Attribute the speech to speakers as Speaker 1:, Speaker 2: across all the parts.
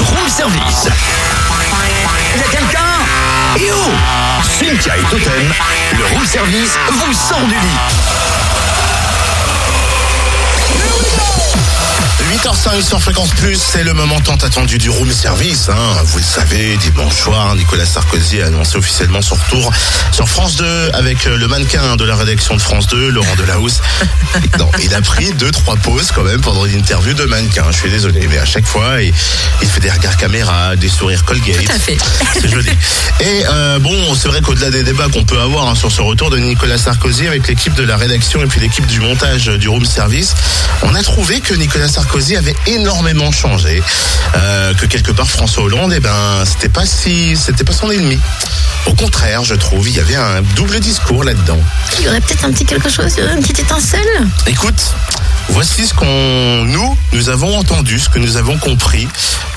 Speaker 1: Milka oh et Totem, le room service vous sort du lit. 8h05 sur Fréquence Plus, c'est le moment tant attendu du room service. hein. Vous le savez, dimanche soir, Nicolas Sarkozy a annoncé officiellement son retour sur France 2 avec euh, le mannequin de la rédaction de France 2, Laurent Delahousse. Et non, il a pris deux, trois pauses quand même pendant l'interview de mannequin. Je suis désolé, mais à chaque fois, il, il fait des regards caméra, des sourires Colgate.
Speaker 2: Tout à fait.
Speaker 1: C'est joli. Et euh, bon, c'est vrai qu'au-delà des débats qu'on peut avoir hein, sur ce retour de Nicolas Sarkozy avec l'équipe de la rédaction et puis l'équipe du montage euh, du room service, on a trouvé que Nicolas Sarkozy avait énormément changé, euh, que quelque part François Hollande, eh ben, c'était pas si, c'était pas son ennemi. Au contraire, je trouve, il y avait un double discours là-dedans.
Speaker 2: Il y aurait peut-être un petit quelque chose, euh, une petite étincelle.
Speaker 1: Écoute, voici ce qu'on nous nous avons entendu, ce que nous avons compris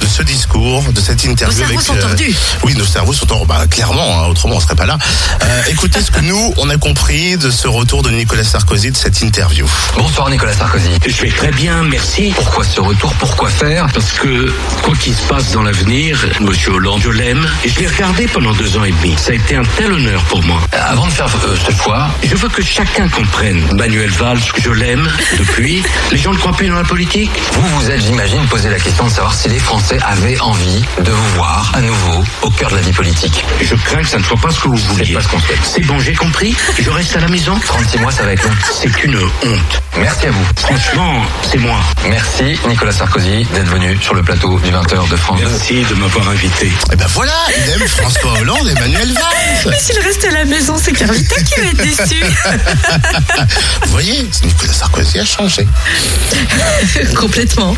Speaker 1: de ce discours, de cette interview.
Speaker 2: Nos cerveaux
Speaker 1: avec, euh,
Speaker 2: sont tordus.
Speaker 1: Oui, nos cerveaux sont tordus. Bah, clairement, hein, autrement on serait pas là. Euh, écoutez ce que nous on a compris de ce retour de Nicolas Sarkozy de cette interview.
Speaker 3: Bonsoir Nicolas Sarkozy.
Speaker 4: Je vais très bien, merci.
Speaker 3: Pourquoi ce retour Pourquoi faire
Speaker 4: Parce que quoi qu'il se passe dans l'avenir, Monsieur Hollande, je l'aime et je l'ai regardé pendant deux ans et demi. Ça a été un tel honneur pour moi.
Speaker 3: Avant de faire euh, cette fois,
Speaker 4: Je veux que chacun comprenne. Manuel Valls, je l'aime depuis. Les gens ne croient plus dans la politique.
Speaker 3: vous vous êtes, j'imagine, posé la question de savoir si les Français avaient envie de vous voir à nouveau au cœur de la vie politique.
Speaker 4: Je crains que ça ne soit pas ce que vous vouliez.
Speaker 3: pas ce qu'on souhaite.
Speaker 4: C'est bon, j'ai compris. Je reste à la maison.
Speaker 3: 36 mois, ça va être long.
Speaker 4: C'est une honte.
Speaker 3: Merci à vous.
Speaker 4: Franchement, c'est moi.
Speaker 3: Merci Nicolas Sarkozy d'être venu sur le plateau du 20h de France 2.
Speaker 4: Merci de m'avoir invité.
Speaker 1: Et ben voilà, il aime François Hollande, Emmanuel Valls.
Speaker 2: S'il reste à la maison, c'est Carlita qui va être déçue.
Speaker 1: Vous voyez, Nicolas Sarkozy a changé.
Speaker 2: Complètement.